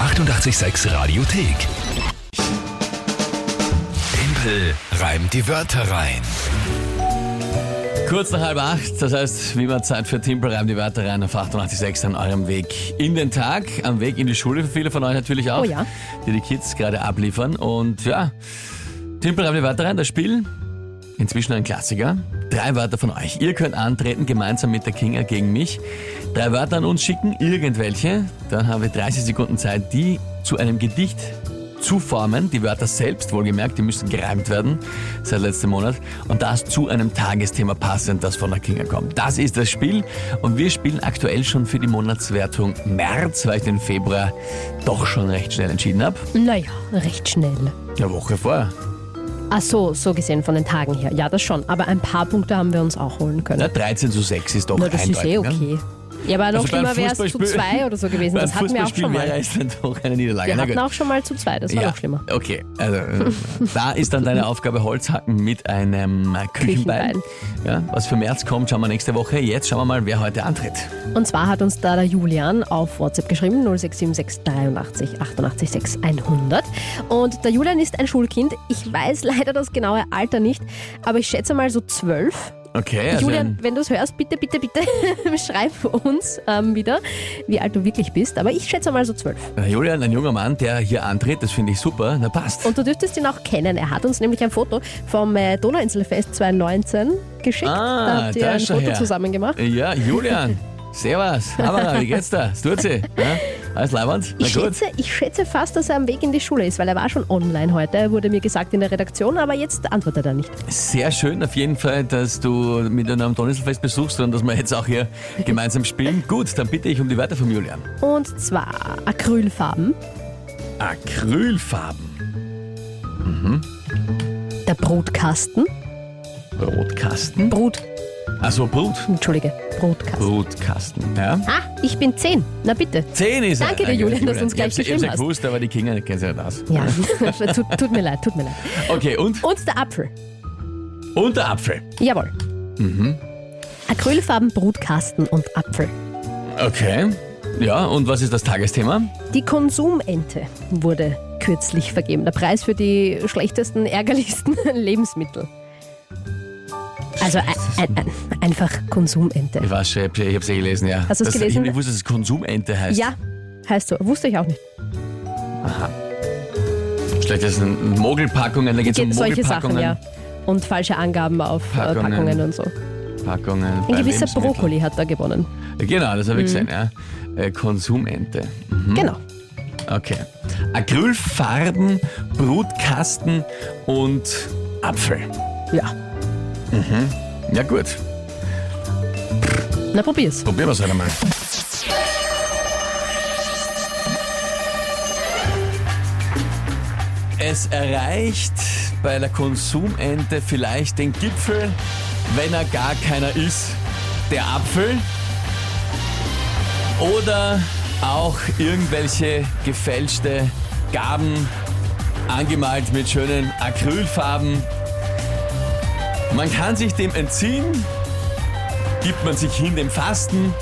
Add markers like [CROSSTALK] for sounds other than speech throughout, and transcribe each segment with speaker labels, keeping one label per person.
Speaker 1: 886 Radiothek. Tempel reimt die Wörter rein.
Speaker 2: Kurz nach halb acht, das heißt, wie immer Zeit für Timpelreim, die Wörter rein auf 886 an eurem Weg in den Tag, am Weg in die Schule, für viele von euch natürlich auch,
Speaker 3: Oh ja.
Speaker 2: die die Kids gerade abliefern. Und ja, Timpelreim, die Wörter rein, das Spiel, inzwischen ein Klassiker. Drei Wörter von euch. Ihr könnt antreten, gemeinsam mit der Kinga gegen mich. Drei Wörter an uns schicken, irgendwelche. Dann haben wir 30 Sekunden Zeit, die zu einem Gedicht zu formen. Die Wörter selbst, wohlgemerkt, die müssen gereimt werden seit letztem Monat. Und das zu einem Tagesthema passend, das von der Kinga kommt. Das ist das Spiel. Und wir spielen aktuell schon für die Monatswertung März, weil ich den Februar doch schon recht schnell entschieden habe.
Speaker 3: Naja, recht schnell.
Speaker 2: Eine Woche vorher.
Speaker 3: Ach so, so gesehen von den Tagen her. Ja, das schon. Aber ein paar Punkte haben wir uns auch holen können.
Speaker 2: Na, 13 zu 6 ist doch
Speaker 3: Na, das ist eh
Speaker 2: eindeutig, ne?
Speaker 3: okay. Ja, aber noch
Speaker 2: Also beim
Speaker 3: schlimmer wäre es zu
Speaker 2: Fußballspiel-
Speaker 3: zwei oder so
Speaker 2: [LAUGHS]
Speaker 3: gewesen.
Speaker 2: Beim
Speaker 3: Das hatten wir auch
Speaker 2: Fußballspiel
Speaker 3: schon
Speaker 2: wäre
Speaker 3: mal.
Speaker 2: es dann doch eine Niederlage.
Speaker 3: Wir
Speaker 2: Na
Speaker 3: hatten
Speaker 2: gut.
Speaker 3: auch schon mal zu zwei, das war noch schlimmer.
Speaker 2: Okay, also äh, da ist dann deine Aufgabe Holzhacken mit einem äh, Küchenbeil.
Speaker 3: Küchenbeil.
Speaker 2: Ja, was für März kommt, schauen wir nächste Woche. Jetzt schauen wir mal, wer heute antritt.
Speaker 3: Und zwar hat uns da der Julian auf WhatsApp geschrieben, 0676 83 88 6 100. Und der Julian ist ein Schulkind. Ich weiß leider das genaue Alter nicht, aber ich schätze mal so zwölf.
Speaker 2: Okay, also
Speaker 3: Julian,
Speaker 2: ein-
Speaker 3: wenn du es hörst, bitte, bitte, bitte [LAUGHS] schreib uns ähm, wieder, wie alt du wirklich bist. Aber ich schätze mal so zwölf.
Speaker 2: äh, Julian, ein junger Mann, der hier antritt, das finde ich super. Na passt.
Speaker 3: Und du dürftest ihn auch kennen. Er hat uns nämlich ein Foto vom äh, Donauinselfest 2019 geschickt.
Speaker 2: Ah,
Speaker 3: da habt ihr
Speaker 2: da
Speaker 3: ein
Speaker 2: ist er
Speaker 3: Foto
Speaker 2: her.
Speaker 3: zusammen gemacht.
Speaker 2: ja,
Speaker 3: [LAUGHS]
Speaker 2: Julian, servus. Hammer, wie geht's da? Sturzi? Ja, alles leibend? Na
Speaker 3: Ich
Speaker 2: gut.
Speaker 3: schätze, ich schätze fast, dass er am Weg in die Schule ist, weil er war schon online heute, wurde mir gesagt in der Redaktion, aber jetzt antwortet er nicht.
Speaker 2: Sehr schön auf jeden Fall, dass du mit einem Donnerstagfest besuchst und dass wir jetzt auch
Speaker 3: [LAUGHS]
Speaker 2: hier gemeinsam spielen. Gut, dann bitte ich um die Wörter von Julian.
Speaker 3: Und zwar Acrylfarben,
Speaker 2: Acrylfarben.
Speaker 3: der Brotkasten,
Speaker 2: Brotkasten.
Speaker 3: Brot,
Speaker 2: Also Brot.
Speaker 3: entschuldige, Brotkasten.
Speaker 2: Brotkasten. Ja.
Speaker 3: Ah, ich bin zehn. Na bitte.
Speaker 2: Zehn ist er.
Speaker 3: Danke dir, Julian, dass du uns
Speaker 2: Ich
Speaker 3: gleich
Speaker 2: hab's- ich
Speaker 3: geschrieben
Speaker 2: hab's ja
Speaker 3: hast.
Speaker 2: gewusst, aber die Kinder kennen sich ja das.
Speaker 3: Ja, [LAUGHS] tut, tut mir leid, tut mir leid.
Speaker 2: Okay, und?
Speaker 3: Und der Apfel.
Speaker 2: Und der Apfel.
Speaker 3: Jawohl.
Speaker 2: Mhm.
Speaker 3: Acrylfarben, Brutkasten und Apfel.
Speaker 2: Okay. Ja, und was ist das Tagesthema?
Speaker 3: Die Konsumente wurde kürzlich vergeben. Der Preis für die schlechtesten, ärgerlichsten [LAUGHS] Lebensmittel. Also ein, ein, ein, einfach
Speaker 2: Ich
Speaker 3: Konsumente.
Speaker 2: weiß schon, ich hab's- ich hab's eh gelesen, ja.
Speaker 3: Hast du's
Speaker 2: Das-
Speaker 3: gelesen?
Speaker 2: Ich, ich wusste, dass es Konsumente heißt.
Speaker 3: Ja, heißt so. Wusste ich auch nicht.
Speaker 2: Vielleicht ist es ein Mogelpackungen, da geht's um
Speaker 3: Geht solche Sachen,
Speaker 2: Mogelpackungen.
Speaker 3: ja. Und falsche Angaben auf äh,
Speaker 2: Packungen.
Speaker 3: Packungen und so.
Speaker 2: Packungen.
Speaker 3: Ein
Speaker 2: bei
Speaker 3: gewisser
Speaker 2: Lebensmitteln.
Speaker 3: Brokkoli hat da gewonnen.
Speaker 2: Genau, das habe ich gesehen, ja. Äh, Konsumente.
Speaker 3: Genau.
Speaker 2: Okay. Acrylfarben, Brutkasten und Apfel.
Speaker 3: Ja.
Speaker 2: Ja gut,
Speaker 3: Na, probier's.
Speaker 2: probieren wir es halt einmal. Es erreicht bei der Konsumente vielleicht den Gipfel, wenn er gar keiner ist, der Apfel. Oder auch irgendwelche gefälschte Gaben, angemalt mit schönen Acrylfarben. Man kann sich dem entziehen, gibt man sich hin dem Fasten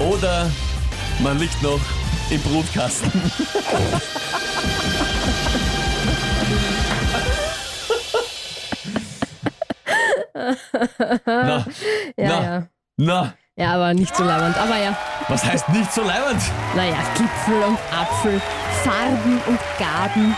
Speaker 2: oder man liegt noch im Brutkasten. [LAUGHS] na,
Speaker 3: Ja,
Speaker 2: na,
Speaker 3: ja.
Speaker 2: na,
Speaker 3: Ja, aber nicht so leibend. Aber ja.
Speaker 2: was heißt nicht so leibend?
Speaker 3: Naja, Gipfel und Apfel, Farben und Gaben.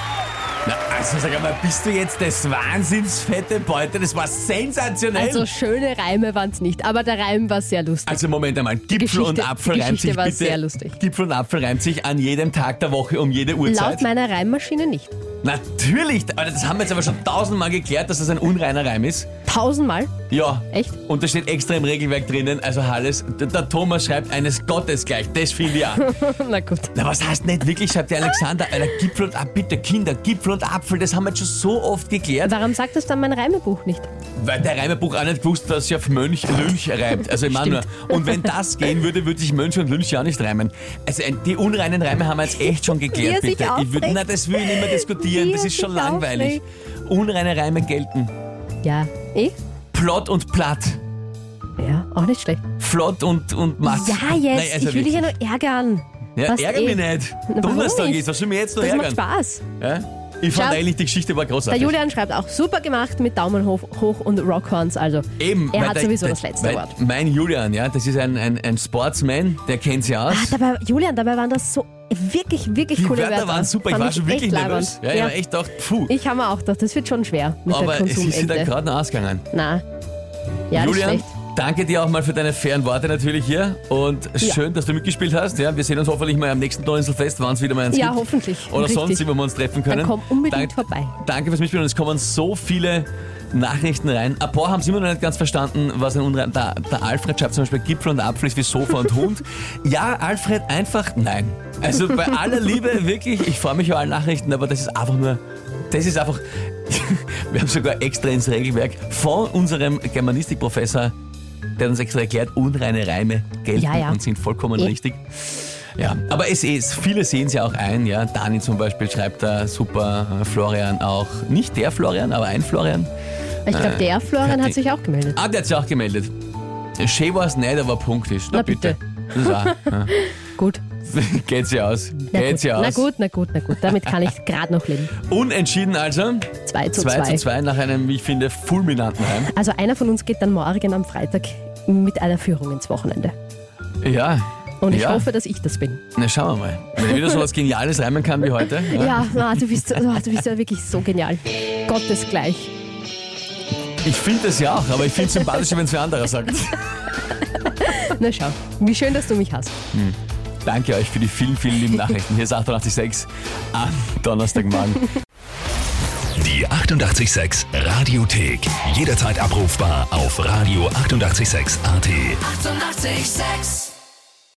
Speaker 2: Na, also sag einmal, bist du jetzt des Wahnsinns fette Beute? Das war sensationell.
Speaker 3: Also schöne Reime waren's nicht, aber der Reim war sehr lustig.
Speaker 2: Also Moment einmal, Gipfel
Speaker 3: Geschichte-
Speaker 2: und Apfel
Speaker 3: die
Speaker 2: reimt
Speaker 3: Geschichte
Speaker 2: sich
Speaker 3: war
Speaker 2: bitte.
Speaker 3: sehr lustig.
Speaker 2: Gipfel und Apfel reimt sich an jedem Tag der Woche um jede Uhrzeit.
Speaker 3: Laut meiner Reimmaschine nicht.
Speaker 2: Natürlich, aber das haben wir jetzt aber schon tausendmal geklärt, dass das ein unreiner Reim ist.
Speaker 3: Tausendmal?
Speaker 2: Ja.
Speaker 3: Echt?
Speaker 2: Und da steht extra im Regelwerk drinnen, also Halles, der, der Thomas schreibt eines Gottes gleich, das finde ich auch.
Speaker 3: Na gut.
Speaker 2: [LAUGHS] Na, was heißt nicht wirklich, schreibt der Alexander, Alter, Gipfel und Apfel, bitte Kinder, Gipfel und Apfel, das haben wir jetzt schon so oft geklärt.
Speaker 3: Warum sagt es dann mein Reimebuch nicht?
Speaker 2: Weil der Reimebuch auch nicht wusste, dass sich auf Mönch Lynch reimt. Also ich meine nur. Und wenn das gehen würde, würde sich Mönch und Lynch ja auch nicht reimen. Also äh, die unreinen Reime haben wir jetzt echt schon geklärt,
Speaker 3: Wie er sich
Speaker 2: bitte. Ich würde,
Speaker 3: aufregt.
Speaker 2: na, das will ich nicht mehr diskutieren,
Speaker 3: Wie
Speaker 2: das
Speaker 3: er
Speaker 2: ist schon
Speaker 3: sich
Speaker 2: langweilig. Unreine Reime gelten.
Speaker 3: Ja. Eh?
Speaker 2: Plot und platt.
Speaker 3: Ja, auch nicht schlecht.
Speaker 2: Flott und, und matt.
Speaker 3: Ja, jetzt.
Speaker 2: Nein, also
Speaker 3: ich will dich ja
Speaker 2: wirklich.
Speaker 3: nur ärgern.
Speaker 2: Ja,
Speaker 3: Passt
Speaker 2: ärger
Speaker 3: eh.
Speaker 2: mich nicht.
Speaker 3: Na, warum
Speaker 2: Donnerstag
Speaker 3: nicht?
Speaker 2: ist, was soll mich jetzt noch
Speaker 3: Das macht
Speaker 2: ärgern?
Speaker 3: Spaß.
Speaker 2: Ja? Ich fand
Speaker 3: Schau,
Speaker 2: eigentlich, die Geschichte war
Speaker 3: Der
Speaker 2: großartig.
Speaker 3: Julian schreibt auch super gemacht mit Daumen hoch, hoch und Rockhorns. Also
Speaker 2: Eben,
Speaker 3: er
Speaker 2: weil
Speaker 3: hat
Speaker 2: der-
Speaker 3: sowieso
Speaker 2: der-
Speaker 3: das letzte
Speaker 2: weil
Speaker 3: Wort.
Speaker 2: Mein Julian, ja, das ist ein, ein, ein Sportsman, der kennt sich aus.
Speaker 3: Ah, dabei, Julian, dabei waren das so wirklich, wirklich
Speaker 2: die
Speaker 3: coole
Speaker 2: Wörter, waren super, ich
Speaker 3: Fand
Speaker 2: war schon wirklich
Speaker 3: echt
Speaker 2: nervös.
Speaker 3: leibend.
Speaker 2: Ja, ich
Speaker 3: Ja,
Speaker 2: habe echt gedacht, puh.
Speaker 3: Ich habe mir auch gedacht, das wird schon schwer mit
Speaker 2: aber
Speaker 3: der
Speaker 2: es ist sich dann
Speaker 3: Konsumende.
Speaker 2: gerade noch ausgegangen.
Speaker 3: Na, ja, nicht
Speaker 2: Julian,
Speaker 3: schlecht.
Speaker 2: danke dir auch mal für deine fairen Worte natürlich hier und schön, dass du mitgespielt hast. Ja, wir sehen uns hoffentlich mal am nächsten Donnerstag-Fest, wann es wieder mal eins
Speaker 3: Ja,
Speaker 2: gibt.
Speaker 3: hoffentlich.
Speaker 2: Oder
Speaker 3: Richtig.
Speaker 2: sonst, wenn wir uns treffen können.
Speaker 3: Dann komm
Speaker 2: Dank-
Speaker 3: unbedingt vorbei.
Speaker 2: Danke fürs Mitspielen und es kommen so viele Nachrichten rein. Ein paar haben es immer noch nicht ganz verstanden, was ein Unrein... Der, der Alfred schreibt zum Beispiel, Gipfel und Apfel ist wie Sofa und Hund.
Speaker 3: [LAUGHS]
Speaker 2: Ja, Alfred, einfach nein. Also bei aller Liebe, wirklich, ich freue mich über alle Nachrichten, aber das ist einfach nur... Das ist einfach... [LAUGHS] Wir haben sogar extra ins Regelwerk von unserem Germanistikprofessor, der hat uns extra erklärt, unreine Reime gelten
Speaker 3: Ja, ja.
Speaker 2: und sind vollkommen
Speaker 3: Eh.
Speaker 2: richtig. Ja, aber es ist, viele sehen es ja auch ein, ja. Dani zum Beispiel schreibt da super, äh, Florian auch. Nicht der Florian, aber ein Florian.
Speaker 3: Ich
Speaker 2: Ah.
Speaker 3: glaube, der Florian
Speaker 2: Kathi.
Speaker 3: hat sich auch gemeldet.
Speaker 2: Ah, der hat sich auch gemeldet. Schön war es nicht, aber Punkt ist. Na,
Speaker 3: Na
Speaker 2: bitte.
Speaker 3: bitte.
Speaker 2: Das ist auch, ja.
Speaker 3: Gut.
Speaker 2: [LAUGHS] Geht's ja aus.
Speaker 3: Na
Speaker 2: Ah. Geht's
Speaker 3: gut.
Speaker 2: ja
Speaker 3: na
Speaker 2: aus.
Speaker 3: gut, na gut, na gut. Damit kann ich gerade noch leben.
Speaker 2: Unentschieden also.
Speaker 3: 2 zu
Speaker 2: 2 zu
Speaker 3: 2.
Speaker 2: 2 nach einem, wie ich finde, fulminanten Heim.
Speaker 3: Also einer von uns geht dann morgen am Freitag mit einer Führung ins Wochenende.
Speaker 2: Ja.
Speaker 3: Und ich
Speaker 2: ja.
Speaker 3: hoffe, dass ich das bin.
Speaker 2: Na, schauen wir mal. Wenn ich wieder so was Geniales reimen kann wie heute.
Speaker 3: [LAUGHS] Ja, na, du, bist, na, du bist ja wirklich so genial. Gottesgleich.
Speaker 2: Ich finde es ja auch, aber ich finde es sympathischer, wenn es wer anderer sagt.
Speaker 3: Na schau, wie schön, dass du mich hast.
Speaker 2: Danke euch für die vielen, vielen lieben Nachrichten. Hier ist 886 am Donnerstagmorgen.
Speaker 1: Die 886 Radiothek. Jederzeit abrufbar auf radio886.at. 886! 886.
Speaker 4: 886